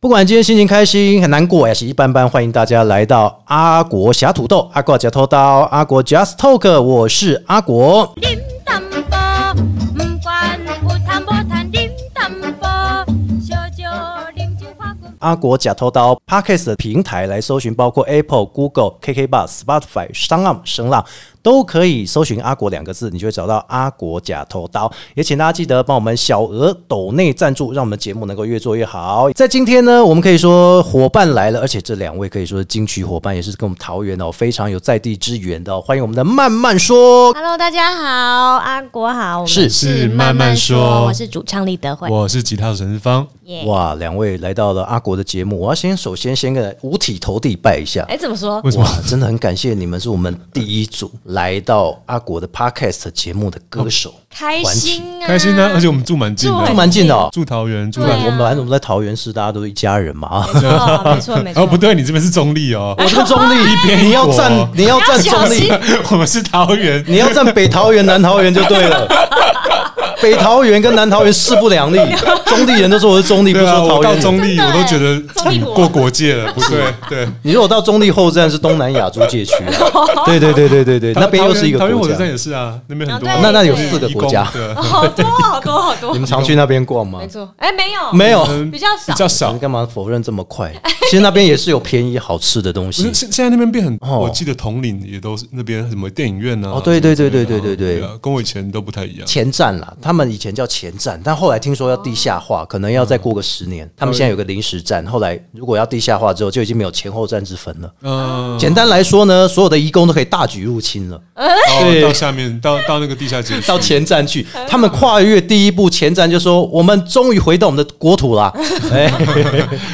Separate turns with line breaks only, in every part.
不管今天心情开心很难过，也是一般般。欢迎大家来到阿国侠土豆、阿国夹头刀、阿国 Just Talk，我是阿国。
điểm tâm bò mâm quan bù tham bò than điểm tâm bò cho cho điểm chữ khoa của
阿国假偷刀 Podcast 的平台来搜寻，包括 Apple、Google、KK Bus、Spotify、商浪、声浪都可以搜寻“阿国”两个字，你就会找到阿国假偷刀。也请大家记得帮我们小额抖内赞助，让我们节目能够越做越好。在今天呢，我们可以说伙伴来了，而且这两位可以说是金曲伙伴，也是跟我们桃园哦非常有在地之缘的、哦，欢迎我们的慢慢说。
Hello，大家好，阿国好，我们
是
是
慢慢说
我是主唱李德惠，
我是吉他手陈世芳，
耶
哇，两位来到了阿国的节目，我要先首先先跟五体投地拜一下。
哎、怎么说？
为什么？
哇，真的很感谢你们，是我们第一组来到阿国的 Podcast 节目的歌手，
开心啊，
开心呢、而且我们住蛮近
住
住
的，
蛮近的哦。
住桃园，住
对
在
啊
我们反正我们在桃园市，大家都一家人嘛啊。
哦，没错没错，
哦，不对，你这边是中立哦，
我是中立，一边你要站，你要站中立，
我们是桃园，
你要站北桃园、南桃园就对 了。北桃园跟南桃园势不两立，中立人都说我是中立，不
对
说
啊，我
桃园
到
人。
中立
真的
我
欸
都觉得
中立
你
国
过国界了，不对，对，
你如果到中立后站是东南亚洲界区啊， 对对对对对对，那边又是一个
桃园
国
火车站
家。
也是啊，那边很多，
啊对
那那有
对
四个
义
国
工
家，
对
好多好多好多
你，们常去那边逛吗
没？错，哎、没有
没有，
嗯
比较少
比较
你
少。
干嘛否认这么快？ 其实那边也是有便宜好吃的东
不
西
嗯是，。现现在那边变很，
哦
我记得统领也都是那边什么电影院啊，
哦对对
什么之类的
对对对对
啊啊跟我以前都不太一样。
前站啦，他们以前叫前站，但后来听说要地下化，可能要再过个十年。
嗯
他们现在有个临时站，后来如果要地下化之后，就已经没有前后站之分了。
嗯，
简单来说呢，所有的义工都可以大举入侵了，
哦
对
到下面到到那个地下街区，
到前站去。他们跨越第一步，前站就说我们终于回到我们的国土 啦。哎，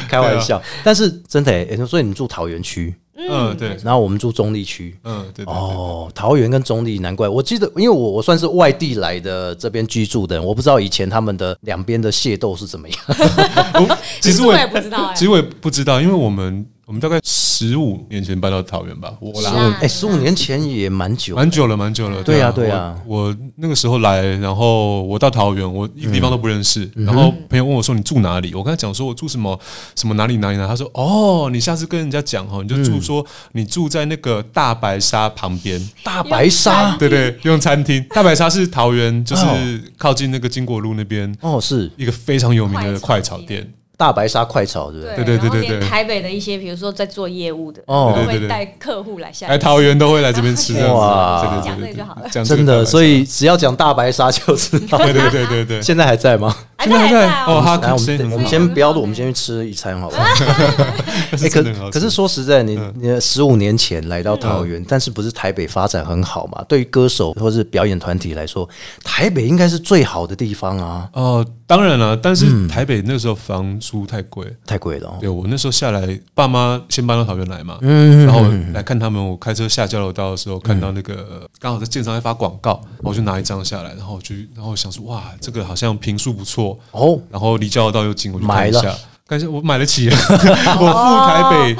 开玩
啊
笑，但是真的、欸，所以你们住桃园区，
嗯对，
然后我们住中立区，
嗯对对对。
哦，桃园跟中立，难怪我记得，因为我我算是外地来的这边居住的人，我不知道以前他们的两边的械斗是怎么样。
我其实
我
我
也不知道哎、
其实我也不知道，因为我们我们大概十五年前搬到桃园吧，我
是啊
啦，
哎，十五年前也蛮久，
蛮久了，蛮久了。
对啊
啊，
对啊
我我那个时候来，然后我到桃园，我一个地方都不认识。
嗯
然后朋友问我说：“你住哪里？”我跟他讲说：“我住什么什么哪里哪里哪。”他说：“哦，你下次跟人家讲哦，你就
嗯
住说你住在那个大白沙旁边。”
大白鲨
对对，用餐厅大白沙是桃园，就
哦
是靠近那个金国路那边
哦，是
一个非常有名的
快
快
炒
炒
店
店。
大白鲨快炒，对不对？
对对
然后
对对
连
对
台北的一些，比如说在做业务的，
哦
都
对对
会
对
带客户来下
来桃园都会来这边吃这样子，
哇
对对对
讲这个
对
就好了
讲这个
真
大白
的，
鲨
所以只要讲大白鲨就知道。
对对对对对，
现在还在吗？
哎他还在
哦，
哦，
他
来，我们我们先不要录，我们先去吃一餐好不好？哎，可可是说实在，你
嗯
你十五年前来到桃园，但是不是台北发展很好嘛？对于歌手或是表演团体来说，台北应该是最好的地方啊，
哦，当然了，但是台北那时候房租太贵。
太贵了、哦。
对我那时候下来，爸妈先搬到桃园来嘛，然后来看他们。我开车下交流道的时候，看到那个刚好在建商在发广告，我就拿一张下来，然后我去，然后我想说，哇，这个好像平数不错，
哦，
然后离交流道又近，我就
买
看一
了
下，看一下我买得起，我付台北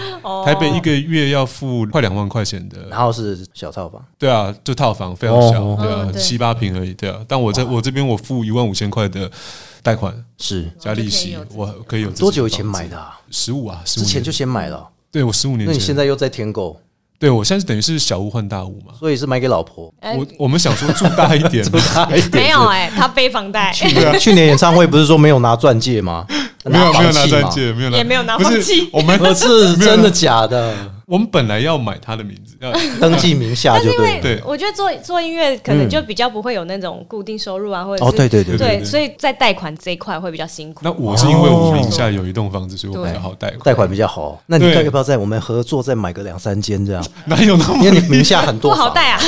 台北一个月要付快两万块钱的
然后是小套房，
对啊，就套房非常小，
哦
对啊
嗯，对
七八平而已，对啊。但我在我这边我付一万五千块的贷款
是
加利息
哦就可以有自，己
我可以
多
有
久以前买的、？啊？
十五啊，十五
之前就先买了哦、
对我十五年
那
前，
你现在又在添购，
对我现在是等于是小屋换大屋嘛。
所以是买给老 婆。
哎
我我们想说住大一 点，
没有哎、他背房贷，
去年演唱会不是说没有拿钻戒吗？
没有没有拿
房契嘛
钻，戒，没有拿
也没有拿
不
房
是
契
我 们
可 是真的假的？
我们本来要买他的名字， 要
登记名下
但是
就
因
对了。
对
为我觉得做做音乐可能
嗯
就比较不会有那种固定收入啊，或者
哦，
是
对对对，
对
对，
对
所以在贷款这一块会比较辛苦。
那我是因为我名下有一栋房子，所以我比较好贷款。
贷款比较好。那你
对
看要不要在我们合作再买个两三间 这样？
哪有那么
因为你名下很
不
多
好
房，
贷啊！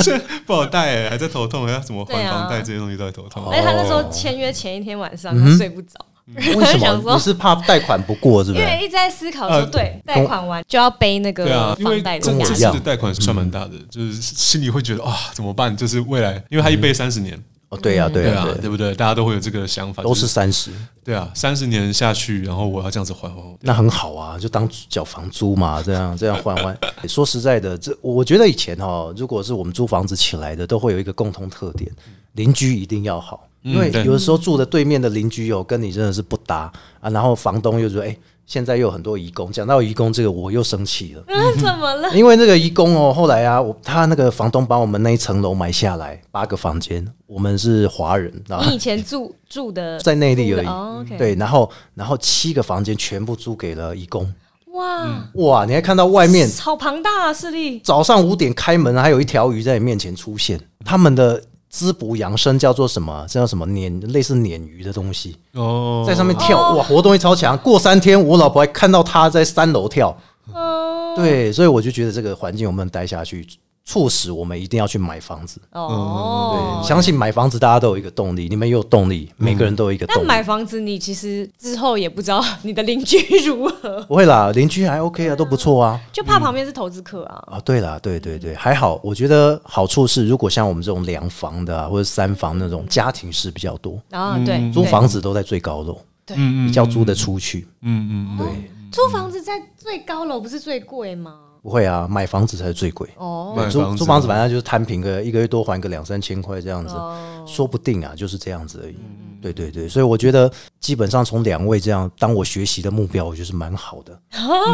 这 不好贷、欸？还在头痛，还要怎么
对
还
啊
房贷这些东西都在头痛。
而且他那时候签约前一天晚上他睡不着，
为什
想
么？
说
你是怕贷款不过是不
因
是？
为一直在思考说，
呃
对，贷款完就要背那
对啊
个，
因
房
为
贷的
这
压
这
力。
次的贷款算蛮大的，就是心里会觉得啊，怎么办？就是未来，因为他一背三十年，
哦，对呀，对
对
呀
啊，，
对，
对不对？大家都会有这个想法，
都
就是
三十，
对啊，三十年下去，然后我要这样子还还还。
那很好啊，就当缴房租嘛，这样这样换换。说实在的，这我觉得以前哈、哦，如果是我们租房子起来的，都会有一个共同特点，邻居一定要好。因为
嗯对
有的时候住的对面的邻居有跟你真的是不搭啊，然后房东又说，哎、现在又有很多移工。讲到移工这个，我又生气了。
嗯，怎么 了？
因为那个义工哦，后来啊，我他那个房东把我们那一层楼买下来，八个房间，我们是华人，然后
你以前住住的
在内地而已。
哦，OK，
对，然后然后七个房间全部租给了义工。
哇，
哇，你还看到外面
好庞大啊，势力
早上五点开门，还有一条鱼在你面前出现。他们的滋补养生叫做什么？这叫什么鲶？类似鲶鱼的东西，
哦，
在上面跳，哇，活动力超强。过三天，我老婆还看到她在三楼跳。
哦
对，所以我就觉得这个环境我们待下去，促使我们一定要去买房子。
哦
对，，相信买房子大家都有一个动力，你们也有动力，每个人都有一个
但
动力。
买房子，你其实之后也不知道你的邻居如何，
不会啦，邻居还 OK 啊，都不错啊。
就怕旁边是投资客啊。
啊，对啦，对对对，还好。我觉得好处是，如果像我们这种两房的、啊、或者三房那种家庭式比较多，
然后对，
嗯租房子都在最高楼，
嗯
比较租得出去。
嗯嗯嗯，
对租房子在最高楼不是最贵吗？
不会啊，买房子才是最贵。
哦，
买
租
房
租
子啊
房子反正就是摊平个一个月多还个两三千块这样子，
哦嗯
说不定啊就是这样子而已。对对对，所以我觉得基本上从两位这样当我学习的目标，我觉得是蛮好 的。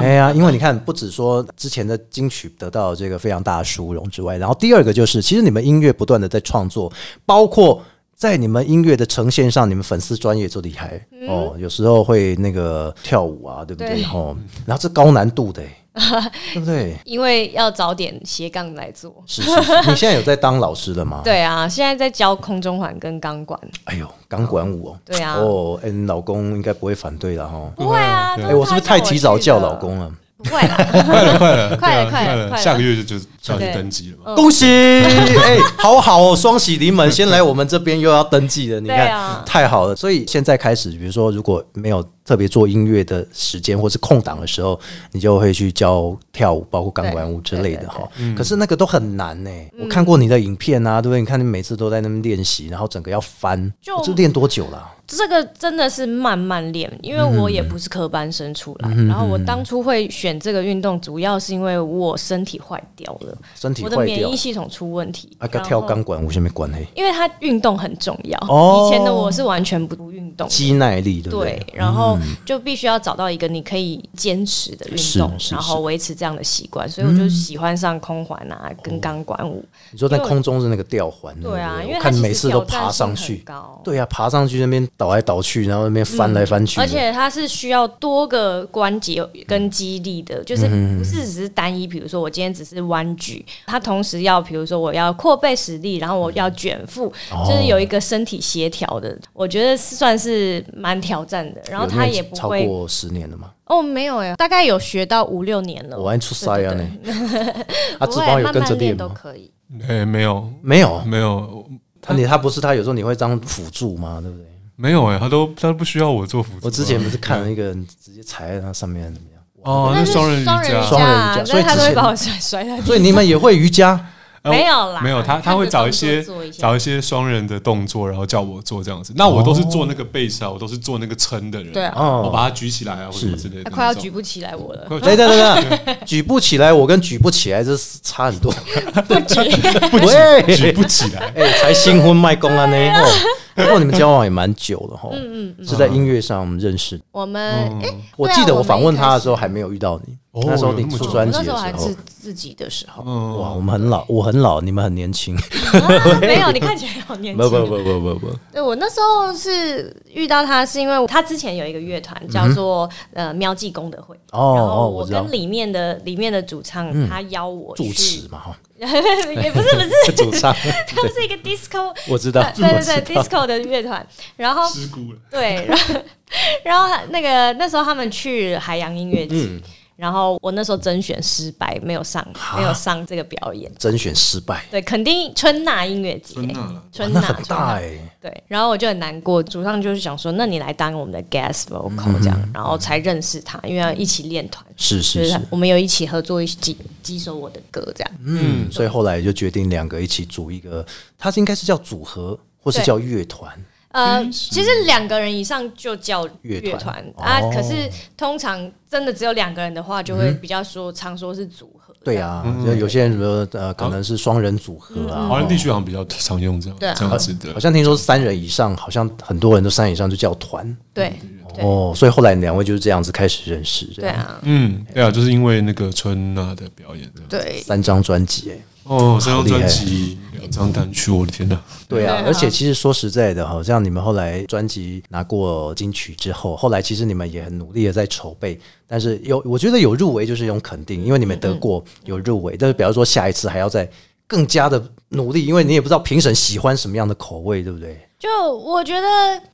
哎呀，因为你看，不止说之前的金曲得到这个非常大的殊荣之外，然后第二个就是，其实你们音乐不断的在创作，包括。在你们音乐的呈现上，你们粉丝专业就厉害、哦，有时候会那个跳舞啊，对不对？
嗯对
哦，然后这高难度 的、哎对不对？
因为要早点斜杠来做。
是是是，你现在有在当老师了吗？，
对啊，现在在教空中环跟钢管。
哎呦，钢管舞哦。
对啊
哦，哎，你老公应该不会反对了哈。
不会啊，
对
都
哎，我是不是太提早叫
他
老
我去的？
公了？
不会啦，
快了快了对
快了
啊
快了快了
下个月就就就要去
对
登记了嘛。
恭喜！
嗯
哎，好好哦，双喜临门。先来我们这边又要登记了，你
对
看、
啊
太好了。所以现在开始，比如说如果没有特别做音乐的时间或是空档的时候，你就会去教跳舞，包括钢管舞之类的哈。可是那个都很难呢、
嗯
我看过你的影片啊，对不对？你看你每次都在那边练习，然后整个要翻，
就
这练多久了啊？
这个真的是慢慢练，因为我也不是科班生出来。
嗯
然后我当初会选这个运动，主要是因为我身体坏掉了，
身体
我
坏
的
掉。
免疫系统出问题。
啊，跟
然后
跳钢管舞什么关系？
因为它运动很重要。
哦
以前的我是完全不运动的，
肌嗯耐力，对不对？
对，然后就必须要找到一个你可以坚持的运
是
动，
是
然
是嗯
后维持这样的习惯，所以我就喜欢上空环啊，
哦
跟钢管舞。
你说在空中是那个吊环，
对啊，因
不
为
嗯我
它
看
其
你
实
每次都
挑战
爬
性
上
很
去，
高。嗯
对啊，爬上去那边倒来倒去，然后那边翻来翻去的，
而且它是需要多个关节跟肌力
嗯
的，就是不是只是单一。比如说我今天只是弯举，它同时要，比如说我要扩背实力，然后我要卷腹，
哦
就是有一个身体协调的。我觉得算是蛮挑战的。然后
有
它
那
也不
超
会
过十年了嘛，
哦，没有哎，大概有学到五六年了。
我按出塞啊
对
呢
对，
啊，
不
子
会
邦有
慢
跟着
慢练都
吗？
可以。
哎，没有
没有，
没有
他你他不是他有时候你会当辅助吗？对不对？
没有哎，他都他都不需要我做辅助啊。
我之前不是看了一个人直接踩在他上面怎么样？
哦，那
但是
双人瑜
双人
伽
瑜
双人瑜伽
啊
所以
但他
之
都会
前
把我甩甩下去。
所以你们也会瑜伽？
呃
没有啦
没有，他
看
他
着
会找一些
动作做一下
找一些双人的动作，然后叫我做这样子。那我都是做那个背式啊，我都是做那个撑的人，
对啊，
哦
我把它举起来啊，或者什么之类的那
他
种。
快要举不起来我了，
快要举，
对对对对， 举不起来，我跟举不起来这是差很多。
不举。
对，。
举不起来
哎、才新婚卖公安呢。
啊
哦，不过你们交往也蛮久了哈，嗯嗯，是在音乐上认识的。
我们哎，
我
对啊
记得我
我们
访问他的时候
一开始
还没有遇到你，
哦
那时候你
有那么
出
久
专辑
那
的
时
时
候还
候
是，自己的时候，
嗯
哇，我们很老，我很老，你们很年轻。
啊没有，你看起来好年轻。
不不不不，
对我那时候是遇到他，是因为他之前有一个乐团叫做呃喵记功德会，
哦
然后
哦我
我
知道
跟里面的里面的主唱他邀我
主
去，
持嘛哈，
也不是不是，
主唱，
他们
对，啊
是一个 disco，
我知道，
对对对
我知道
disco 的乐团，然后
失顾了，
对， 然后然后那个那时候他们去海洋音乐季，然后我那时候甄选失败，没有上没有上这个表演。
甄选失败，
对，肯定春娜音乐节，
春娜啦
哇
春
那
娜
很
春 娜
大哎，
对，然后我就很难过，主唱就是想说，那你来当我们的 guest vocal 这样，然后才认识他，因为要一起练团，
是
就是是啊
是
他，我们有一起合作，一起几首我的歌这样。
嗯，所以后来就决定两个一起组一个，他应该是叫组合或是
对
叫乐团，
呃，其实两个人以上就叫乐
乐
团
团
啊
哦。嗯
可是通常真的只有两个人的话，就会比较说常说是组合。
对啊，就有些人什么呃，可能是双人组合
哦
啊，
华人地区好像比较常用这样
对啊
这样子的
好，像听说三人以上，好像很多人都三人以上就叫团
对对
哦，所以后来你两位就是这样子开始认识，这
对
样，
啊，
嗯，对啊，就是因为那个春娜的表演这样，
对
三张专辑，哎，
哦，这
好
张
厉害
专辑两张单曲，我的天哪！
对啊
对啊，
而且其实说实在的，好像你们后来专辑拿过金曲之后，后来其实你们也很努力的在筹备，但是有我觉得有入围就是一种肯定，因为你们得过
嗯
有入围，但是比方说下一次还要再更加的努力，因为你也不知道评审喜欢什么样的口味，对不对？
就我觉得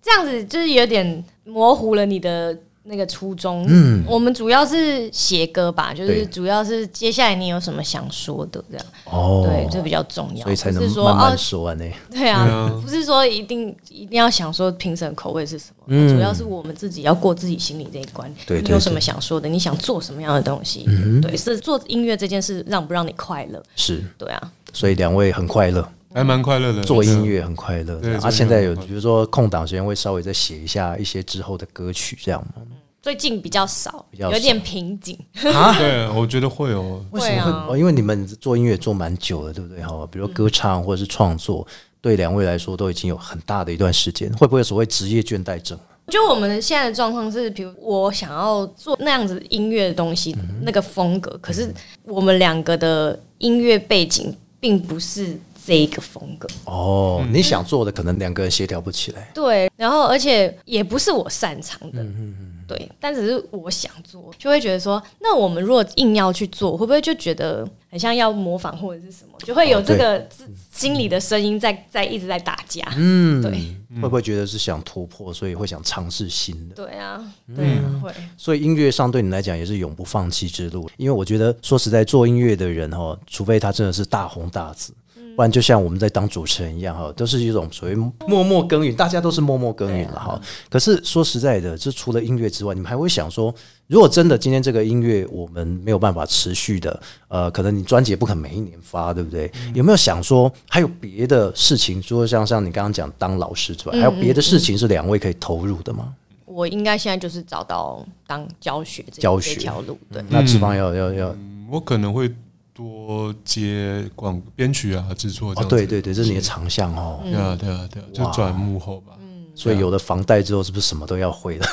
这样子就是有点模糊了你的那个初衷。嗯，我们主要是写歌吧，就是
对
主要是接下来你有什么想说的这样，
哦，
对，这比较重要。
所以才
不
能
是说
慢慢
哦，
说完呢、
对啊，不是说一定一定要想说评审口味是什么，主要是我们自己要过自己心里这一关。
嗯对
你
对
有什
对嗯
么想说的？你想做什么样的东西？对，是做音乐这件事让不让你快乐？
是，
对啊，
所以两位很快乐，
还蛮快乐的，
做音乐很快乐
对
的，
做
啊，
音乐
现在
很
有
快乐
比如说空档时间会稍微再写一下一些之后的歌曲，这样吗？
最近比较少，
比较
有点瓶颈。
啊，对，我觉得会哦，
为什么
会啊嗯
会？哦，因为你们做音乐做蛮久了，对不对？哈，比如歌唱或者是创作，对两位来说都已经有很大的一段时间，会不会有所谓职业倦怠症？
就我们现在的状况是，比如我想要做那样子音乐的东西，那个风格，可
嗯
是我们两个的音乐背景并不是这一个风格，
哦，你想做的可能两个人协调不起来，
对，然后而且也不是我擅长的，
嗯
对，但只是我想做，就会觉得说，那我们如果硬要去做，会不会就觉得很像要模仿或者是什么，就会有
哦
这个自心里的声音在在一直在打架，
嗯，
对
会不会觉得是想突破，所以会想尝试新的？
对啊，对
嗯
啊，会，
所以音乐上对你来讲也是永不放弃之路，因为我觉得说实在，做音乐的人哈，除非他真的是大红大紫。不然就像我们在当主持人一样哈，都是一种所谓默默耕耘，大家都是默默耕耘了哈。可是说实在的，就除了音乐之外，你们还会想说，如果真的今天这个音乐我们没有办法持续的，呃，可能你专辑也不可能每一年发，对不对？有没有想说还有别的事情，除了像像你刚刚讲当老师之外，还有别的事情是两位可以投入的吗？
我应该现在就是找到当教学这
教学嗯
这条路，对。
那志方要要要
嗯我可能会多接广编曲啊、制作这
哦，
样子。
对对对，这是你的长项哦。
对啊，对啊，对啊，就转幕后吧。
嗯
所以有了房贷之后，是不是什么都要会 了？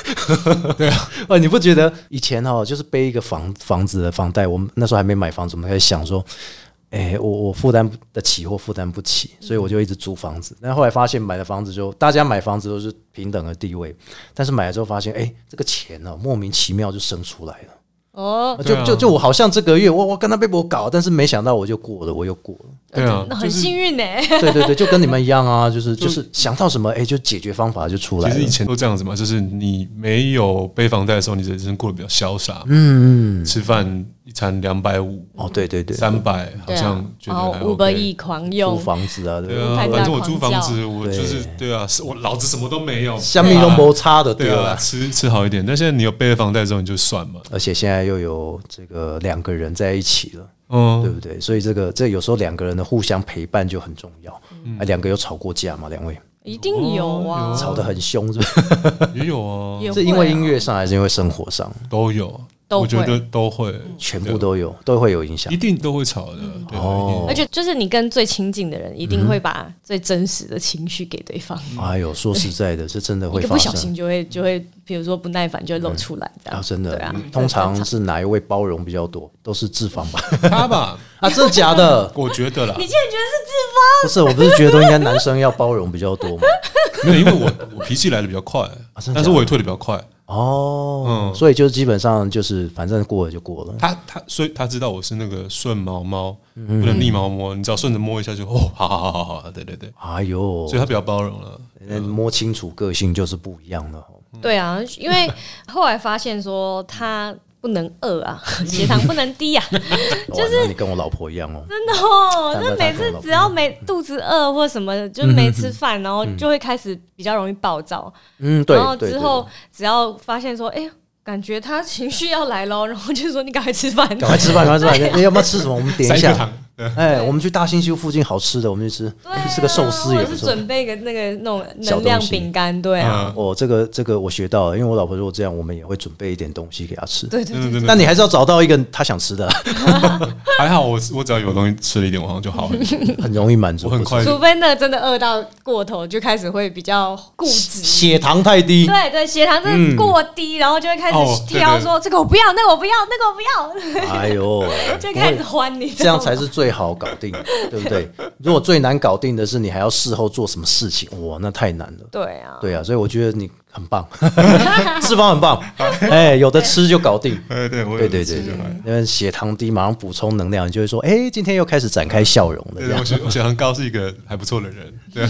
对啊， 哦，你不觉得以前哦，就是背一个房房子的房贷，我们那时候还没买房子，我们开始想说，哎、我我负担得起或负担不起，
嗯
所以我就一直租房子。但后来发现买了房子之后，大家买房子都是平等的地位，但是买了之后发现，哎、这个钱哦，莫名其妙就生出来了。
哦，
就
对啊
就就我好像这个月我我跟他被我搞，但是没想到我就过了，我又过了。
对啊，
那
就
很
是
幸运呢、
对对对，就跟你们一样 啊，就是就是想到什么，哎、就解决方法就出来
嗯其
了。
实以前都这样子嘛，就是你没有背房贷的时候，你人生过得比较潇洒。
嗯嗯，
吃饭一餐两百五、
哦，对对对，
三百，好
对
像
啊，
觉
然
得
后
还
五百
OK
亿 E 狂
租
用，
房子啊，对吧？
对啊，
太大
反正我租房
狂叫
子，我就是对啊，是我老子什么都没有，
下面都没差的，
对
对吧？
啊，吃吃好一点。但现在你有背了房贷之后，你就算嘛，
而且现在又有这个两个人在一起了，对
嗯，
不对？所以这个这有时候两个人的互相陪伴就很重要。
嗯
啊，两个有吵过架吗？两位
一定有啊，
吵得很凶，是不是？
也有啊，
也会啊
是因为音乐上还是因为生活上？
都有，
都
我觉
会嗯
得都会，
全部都有，都会有影响
啊一。定都会吵的，对啊，一
哦
定
而且就是你跟最亲近的人，一
嗯
定会把最真实的情绪给对方，
哎呦，说实在的，这真的
一
会
个
发
不小
生
心。就会就会，比如说不耐烦就会露出来，这
啊，
样
真的，
对啊，
通常
很
是哪一位包容比较多？都是志芳 吧？
他吧，
啊，真的假的？
我觉得啦，
你竟然觉得是自
不是，我不是觉得都应该男生要包容比较 多吗？
没有，因为我我脾气来的比较快，
啊真的假的
但是我也退的比较快。嗯
哦，所以就基本上就是，反正过了就过了。
他他所以他知道我是那个顺毛猫，不能逆毛摸，你只要顺着摸一下就哦，好好好好好，对对对，
哎呦
所以，他比较包容了。
摸清楚个性就是不一样的哦。
对啊，因为后来发现说他不能饿啊， 血糖不能低啊，
就是你跟我老婆一样哦，
真的 哦，
长
那
得
每
太
次
丑了
只要没
嗯
肚子饿或什么，就没吃饭，然后就会开始比较容易暴躁。
嗯，对
然后，
对
之后只要发现说，哎、感觉 他情绪要来喽，然后就说你赶快吃饭。
对赶快吃饭，赶快吃饭，哎要不要吃什么？我们点一
三
下
个。糖，
哎，我们去大兴修附近好吃的，我们去吃，
对啊，
哎吃个寿司也
或者
不
是
错。
准备个那个那种
小
能
东
量
西
饼干，对啊，
嗯
哦，这个这个我学到了，因为我老婆如果这样，我们也会准备一点东西给嗯她吃。
对对
真的真的
但你还是要找到一个她想吃的，
还好我我只要有东西吃了一点，我好像就好很多，
很容易满足。
我很快
除非那真的饿到过头，就开始会比较固执。
血糖太低，
对对，血糖真的过低，然后就会开
哦
始
对
挑
对
说这个我不要，那个我不要，那个我不要，
哎呦，
就
不
开
会
始欢你，
这样才是最好搞定的，对不对？如果最难搞定的是你还要事后做什么事情，哇，那太难了。
对啊。
对啊，所以我觉得你很棒， 志芳很棒，哎，有的吃就搞定。
哎 对，我有
对对对
吃就
对
好了，
因为血糖低，马上补充能量，你就会说，哎，今天又开始展开笑容了。
对
这
对，我
样
血我血糖高是一个还不错的人，对，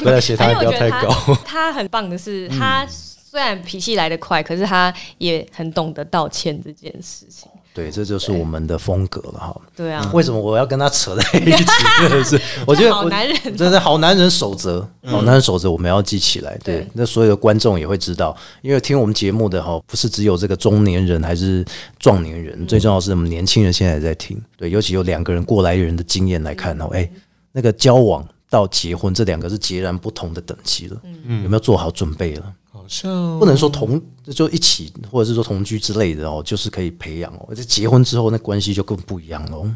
不要血
而
糖
且
也
我
不要
觉得
太
他
高。
他很棒的是，他虽然脾气来得快，可是他也很懂得道歉这件事情。
对，这就是我们的风格了哈。
对啊，
为什么我要跟他扯 在一起？真的是，我觉得
好
我
男人哦
真的好男人守则，好男人守则我们要记起来。对
对，
那所有的观众也会知道，因为听我们节目的哈，哦不是只有这个中年人还是壮年
嗯
人，最重要的是我们年轻人现在也在听。对，尤其有两个人过来人的经
嗯
验来看哦，哎，那个交往到结婚这两个是截然不同的等级了，
嗯
有没有做好准备了？
好像
不能说同就一起，或者是说同居之类的哦，就是可以培养哦。而且结婚之后，那关系就更不一样了哦。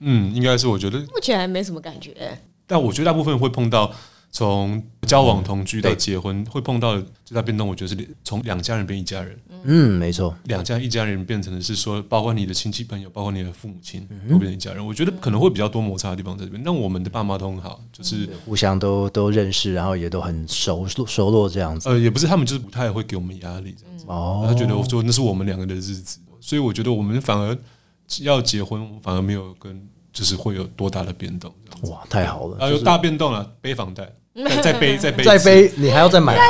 嗯，应该是我觉得，
目前还没什么感觉、欸
但我觉得大部分会碰到从交往同居到结婚会碰到的最大变动，我觉得是从两家人变一家人，
嗯，没错，
两家人一家人变成的是说，包括你的亲戚朋友，包括你的父母亲都变成一家人。我觉得可能会比较多摩擦的地方在这边。那我们的爸妈都很好，就是
互相都都认识，然后也都很熟熟络这样子。
呃，也不是他们就是不太会给我们压力这样子。
哦，
他觉得我说那是我们两个的日子，所以我觉得我们反而要结婚，我们反而没有跟就是会有多大的变动这样子。
哇，太好了！
啊，有大变动了，背房贷，再再背再背一
再
次
背你还要再买、啊，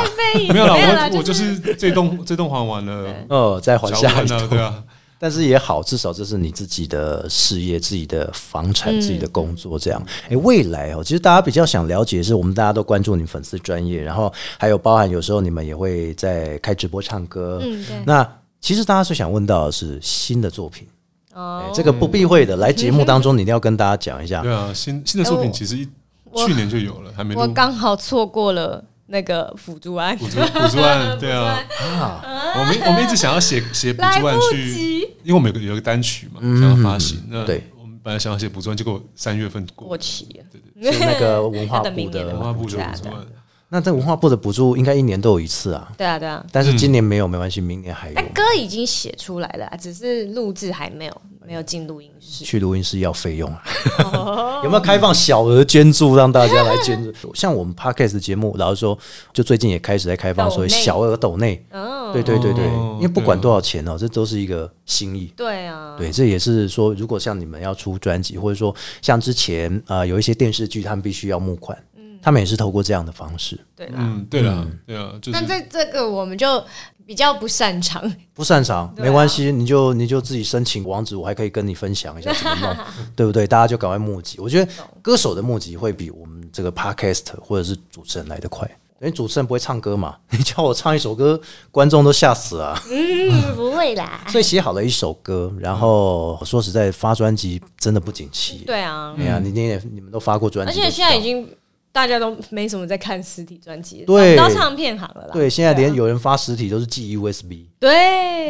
没有啦，
没有啦
我我
就
就是这栋这栋还完了，
呃，再还
小
下
还
一
呢，
栋
对。啊，
但是也好，至少这是你自己的事业、自己的房产、
嗯
自己的工作这样。诶，未来哦，其实大家比较想了解的是，我们大家都关注你们粉丝专业，然后还有包含有时候你们也会在开直播唱歌。
嗯，对。
那其实大家最想问到的是新的作品，诶
哦，
这个不避讳的，来节目当中你一定要跟大家讲一下。
对啊，新新的作品其实一
我
去年就有了，还没
我
录。
刚好错过了那个辅助案，
补助补助案，对啊，我们我们一直想要写写补
来
助案
不
去，
及，
因为我们有个有一个单曲嘛，想要发行。那
嗯对，
我们本来想要写补助案，结果三月份过
过，期了。
是那个文化
要等
部
明年
的
了
文化部就有补助
对啊
案，
那这文化部的补助应该一年都有一次啊，
对啊，对啊。
但是今年没有、没关系，明年还有。
但歌已经写出来了啊，只是录制还没有没有进录音室。
去录音室要费用啊，
哦
有没有开放小额捐助让大家来捐助？像我们 podcast 节目，老实说，就最近也开始在开放
抖
所
内
谓小额抖内，
嗯，
对对对对，
哦
因为不
对啊
管多少钱哦，这都是一个心意。
对啊，
对，这也是说，如果像你们要出专辑，或者说像之前呃有一些电视剧，他们必须要募款，
嗯
他们也是透过这样的方式。
对啦。
嗯，对啦，对啊，就是
但这这个我们就比较不擅长，
不擅长
对啊
没关系，你就你就自己申请网址，我还可以跟你分享一下怎么 弄，对不对？大家就赶快募集。我觉得歌手的募集会比我们这个 podcast 或者是主持人来得快，因为主持人不会唱歌嘛， 你叫我唱一首歌，观众都吓死 啊。
嗯，不会啦。
所以写好了一首歌，然后说实在发专辑真的不景气。
对啊，
哎呀，你你也你们都发过专辑都
而
知道，
且现在已经大家都没什么在看实体专辑，
对
找不到唱片行了啦。
对，现在
啊
连有人发实体都是寄 USB。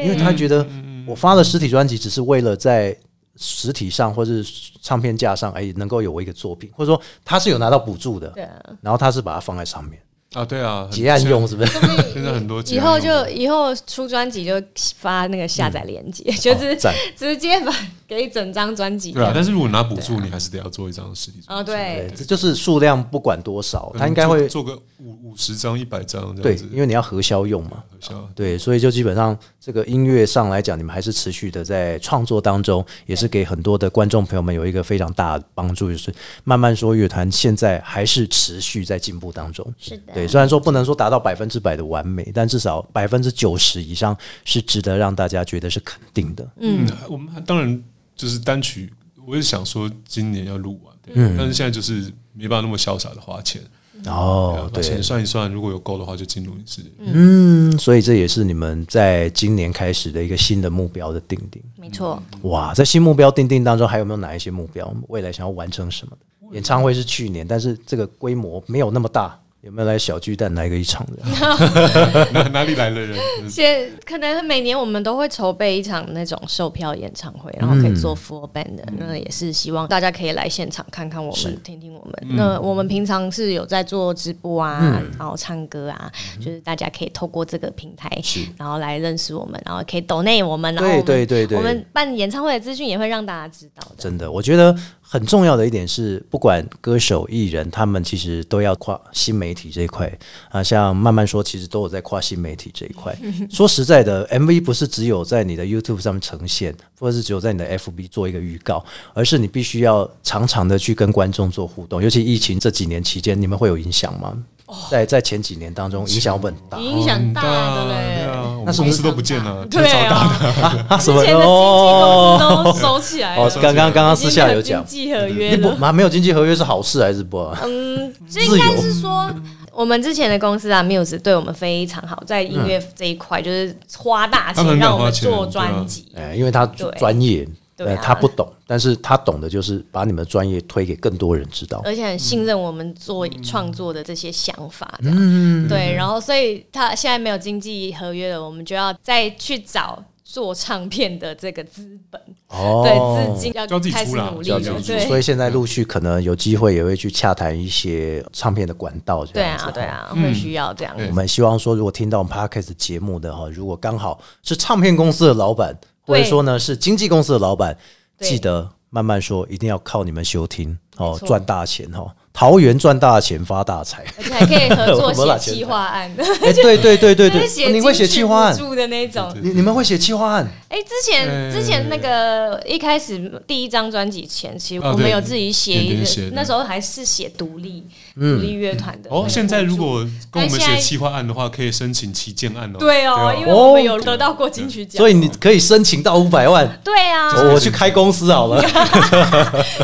因为
对，
他觉得我发了实体专辑，只是为了在实体上或是唱片架上，哎，能够有我一个作品，或者说他是有拿到补助的，
对啊，
然后他是把它放在上面
啊，对啊，很
结案用，是不是？
现在很多结
以
案
后
用
就以后出专辑就发那个下载链接，就是
哦赞
直接把 给一整张专辑。
对啊，但是如果拿补助，你还是得要做一张实体专辑。
哦，对
嗯对，，这就是数量不管多
嗯
少，他应该会
做做个五五十张、一百张这
对
样，子。
因为你要核销用嘛。哦
像
对，所以就基本上这个音乐上来讲，你们还是持续的在创作当中，也是给很多的观众朋友们有一个非常大的帮助，就是慢慢说乐团现在还是持续在进步当中。
是的
对，虽然说不能说达到百分之百的完美，但至少百分之九十以上是值得让大家觉得是肯定的。
嗯，我们还当然就是单啊曲，我也想说今年要录完，嗯，但是现在就是没办法那么潇洒的花钱，
哦，
把钱
对，
算一算，如果有够的话就进入影视。
嗯，所以这也是你们在今年开始的一个新的目标的定定。
没错，
哇，在新目标定定当中，还有没有哪一些目标？未来想要完成什么的？演唱会是去年，但是这个规模没有那么大，有没有来小巨蛋来个一场的？
哪哪里来的人？
现可能每年我们都会筹备一场那种售票演唱会，然后可以
嗯
做 full band 的，那也是希望大家可以来现场看看我们，
嗯
听听我们。那我们平常是有在做直播啊，
嗯
然后唱歌啊，就是大家可以透过这个平台，然后来认识我们，然后可以 donate 我们，然后我们
对对对对
我们办演唱会的资讯也会让大家知道的。
真的，我觉得很重要的一点是，不管歌手、艺人，他们其实都要跨新媒体这一块啊。像慢慢说，其实都有在跨新媒体这一 块。说实在的，MV 不是只有在你的 YouTube 上面呈现，或者是只有在你的 FB 做一个预告，而是你必须要常常的去跟观众做互动。尤其疫情这几年期间，你们会有影响吗？
哦
在在前几年当中，影响很大。
影
嗯
响大的
对
嘞，
啊，我们公司都不见了，
对啊，
啊什
之
么
前的经纪公司都收起来了
哦，，刚刚刚刚私下有讲
已，经没有经纪合
你
约
不
了。
啊没有经济合约是好事还是不好？
嗯，这应该是说。我们之前的公司啊，Muse 对我们非常好，在音乐这一块就是花大
他们很敢
钱让我
花
们
钱
做
对啊
专辑。
哎，因为他
对
专业，
对
呃
啊
他不懂，但是他懂的就是把你们的专业推给更多人知道。
而且很信任我们做创作的这些想法，这样、嗯、对。然后，所以他现在没有经纪合约了，我们就要再去找做唱片的这个资本，
哦
对资金要
就要自己
开始
出啦
努力
就要
了，
自己出
所
对
以现在陆续可能有机会也会去洽谈一些唱片的管道，这
对
样子
啊，对。啊，会需要这样。
对
我们希望说，如果听到我们 podcast 节目的哈，如果刚好是唱片公司的老板，或者说呢是经纪公司的老板，
对
记得慢慢说，一定要靠你们收听哦
没，错
赚大钱哦，桃园赚大钱，发大 财。
而且还可以合
我们把
作
钱
写企划案，
哎，对对对对
就是
对，你会写
进去
企划案
补，助的那种，
你你们会写企划案。
哎、之前
呃
之前那个一开始第一张专辑前，其实
啊
我
对
们有自己写
点
一
点
个，
写的
那时候还是写独立独立乐团的那 个
哦，
互助。
现在如果跟我们
但现
写
在
企划案的话，可以申请旗舰案哦。
对哦，因为
哦
我们有得到过金曲奖，
所以你可以申请到五百万，
对啊，
我我去开公司好了。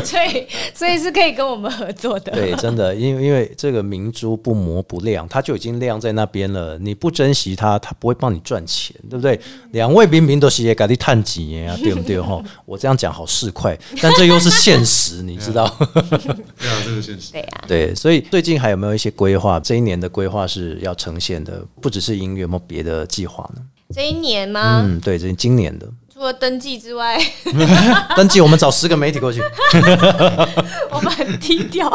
所以所以是可以跟我们合作的。
对，真的，因为因为这个明珠不磨不亮，它就已经亮在那边了。你不珍惜它，它不会帮你赚钱，对不对？两位明明都是也赶紧探几年啊，对不对？哈，我这样讲好市侩，但这又是现实，你知道？
对啊，这个现实。
对啊，
对，所以最近还有没有一些规划？这一年的规划是要呈现的，不只是音乐，有没有别的计划呢？
这一年吗？
嗯，对，这今年的
除了登记之外，
登记，我们找十个媒体过去。
我们很低调。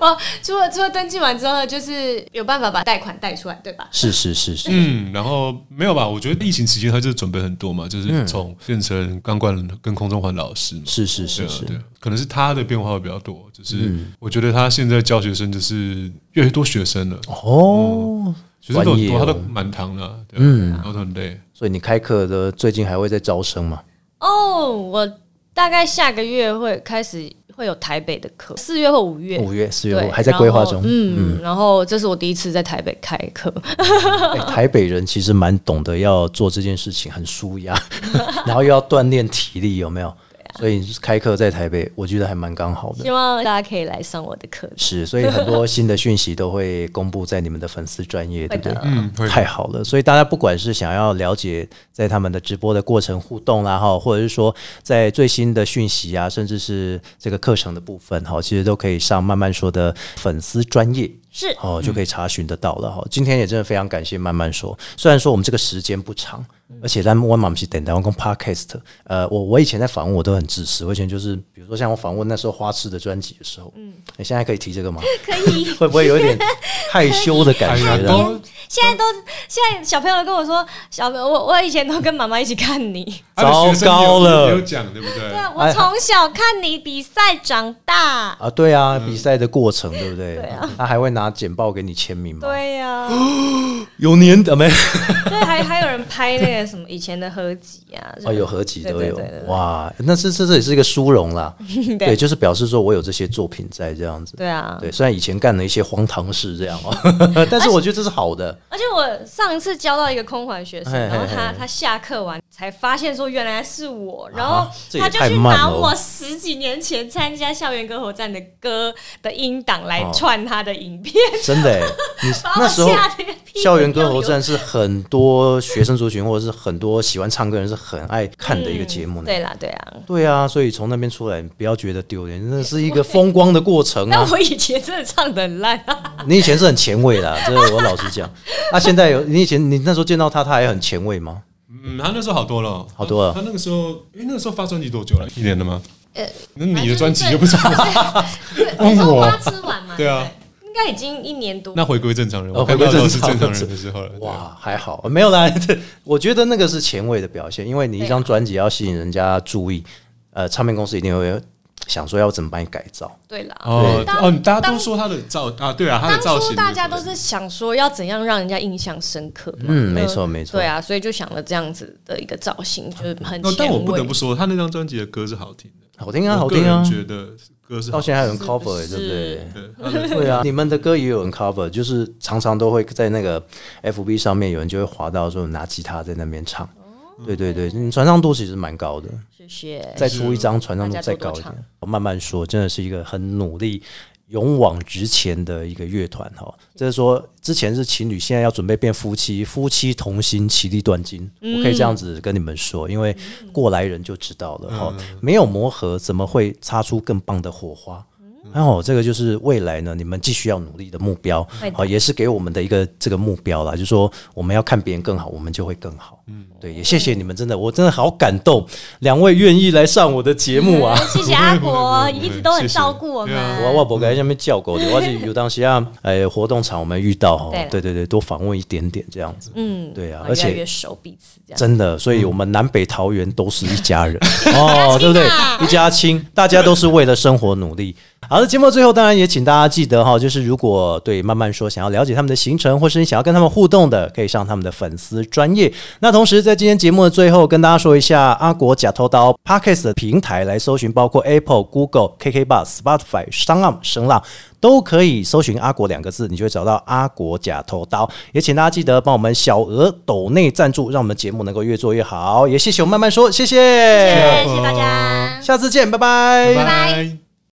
哦，除了除了登记完之后，就是有办法把贷款贷出来，对吧？
是是是是，
嗯，然后没有吧？我觉得疫情期间他就是准备很多嘛，就是
嗯
从变成钢管人跟空中环老师嘛。
是是
对
是
啊
是，嗯
对啊，可能是他的变化会比较多。就是我觉得他现在教学生就是越来越多学生了，嗯
哦。
学生
专
都很
业
多，
哦
他都满堂了，对嗯，然后都很累。
所以你开课的最近还会在招生吗？
哦，我大概下个月会开始会有台北的课，四月或五月。
五月、四月
对，
我还在规划
然
中
后。嗯，然后这是我第一次在台北开课，
哎台北人其实蛮懂得要做这件事情，很舒压， 然后又要锻炼体力，有没有？
啊
所以开课在台北，我觉得还蛮刚好
希
的。
望大家可以来上我的课。
是，所以很多新的讯息都会公布在你们的粉丝专业，对不对？
嗯，会
太好了，所以大家不管是想要了解在他们的直播的过程互动啦哈，或者是说在最新的讯息啊，甚至是这个课程的部分哈，其实都可以上慢慢说的粉丝专业。
是
嗯
哦，就可以查询得到了哈。今天也真的非常感谢慢慢说，虽然说我们这个时间不长，而且但我们不是等待我跟 podcast，呃，我我以前在访问我都很自私，我以前就是比如说像我访问那时候花痴的专辑的时候，嗯，你现在可以提这个吗？，
可以
会不会有一点害羞的感
哎
觉
呀，
呢？
都
现在都现在小朋友跟我说，小朋友我我以前都跟妈妈一起看你，
啊
糟糕了
没有讲对不对？
哎
对 啊我从小看你比赛长大，
啊，对啊，比赛的过程对不对？
对啊，
他还会拿简报给你签名吗？，
对呀，
有年的没？
对，还还有人拍那个什么以前的合集啊，
哦，有合集都
对
有
对对对
哇，那这这这也是一个殊荣啦，
对
对，就是表示说我有这些作品在这样子。
对啊，
对，虽然以前干了一些荒唐事这样 哦， 但是我觉得这是好的。
而且我上一次教到一个空环学生，
嘿嘿
然后他
嘿
他下课完才发现说，作原来是我，然后
啊这也
他就
太
去
慢
拿
了哦
我十几年前参加校园歌合战的歌的音档来
哦
串他的影片，
真的、欸，你
把
那
我
时候
吓得屁
校
滚
园歌
尿
喉
流
战是很多学生族群或者是很多喜欢唱歌的人是很爱看的一个节目呢。
嗯对啦，对啊。
对啊，所以从那边出来，不要觉得丢脸，那是一个风光的过程
但
啊！
我以前真的唱的很烂 啊，
你以前是很前卫的啊，这个我老实讲。那、现在有你以前你那时候见到他，他还很前卫吗？
嗯，他那时候好多了，
好多了
他那个时候，哎、那个时候发专辑多久了？一年了吗？
呃
那你的专辑又不是
你说
我
花吃完嘛，
对啊，
应该已经一年多。
那回归正常人，
哦
我看到
回归
都
正
是
常
正
人
常人的时候了。对，
哇，还好没有啦。这我觉得那个是前卫的表现，因为
啊
你一张专辑要吸引人家注意，呃，唱片公司一定会想说要怎么帮你改造。
对啦，
哦
当
哦，大家都
当
说他的造啊，对啊，他的
当
造型
初
对不对，
大家都是想说要怎样让人家印象深刻嘛，
嗯
呃
没错没错
对啊，所以就想了这样子的一个造型，就是很
哦，但我
前
不
卫
得。不说，他那张专辑的歌是好听的，
好听啊，好
我个
听啊
人，觉得歌是好
到
听
现在还有人
是
cover，、欸、对
是
不对？
的。他的
对啊，你们的歌也有人 cover，就是常常都会在那个 FB 上面有人就会滑到说拿吉他在那边唱。
哦
对对对，你传唱度其实蛮高的，
谢谢。
再出一张传唱度
大家
再
多
高
多
一点。慢慢说，真的是一个很努力、勇往直前的一个乐团哈。就是说，之前是情侣，现在要准备变夫妻，夫妻同心，其利断金。
嗯
我可以这样子跟你们说，因为过来人就知道了哈。没有磨合，怎么会擦出更棒的火花？还好，嗯哎这个就是未来呢，你们继续要努力的目标，
会的
好、也是给我们的一个这个目标啦，就是说我们要看别人更好，我们就会更好。嗯，对，也谢谢你们，真的，我真的好感动，两位愿意来上我的节目啊。
谢谢 阿
不会不
国，
会不会
一直都很照顾我
谢谢
我
们。
我不该下面叫狗的，我是有当时啊，哎，活动场我们遇到哈
嗯对啦，
对对对，多访问一点点这样子，
嗯，
对啊
好
而且
越来越熟彼此这样。
真的，所以我们南北桃园都是一家人哦，对不对？一家亲，大家都是为了生活努力。好的，节目最后当然也请大家记得哈，就是如果对慢慢说想要了解他们的行程，或是你想要跟他们互动的，可以上他们的粉丝专业。那同时在今天节目的最后，跟大家说一下阿国假偷刀 Podcast 的平台来搜寻，包括 Apple、Google、KK Bus、Spotify、商浪、声浪。都可以搜寻“阿国”两个字，你就会找到阿国假头刀。也请大家记得帮我们小额抖内赞助，让我们节目能够越做越好。也谢谢我们慢慢说，谢谢，
谢谢谢谢大家。
下次见，拜拜
啊拜。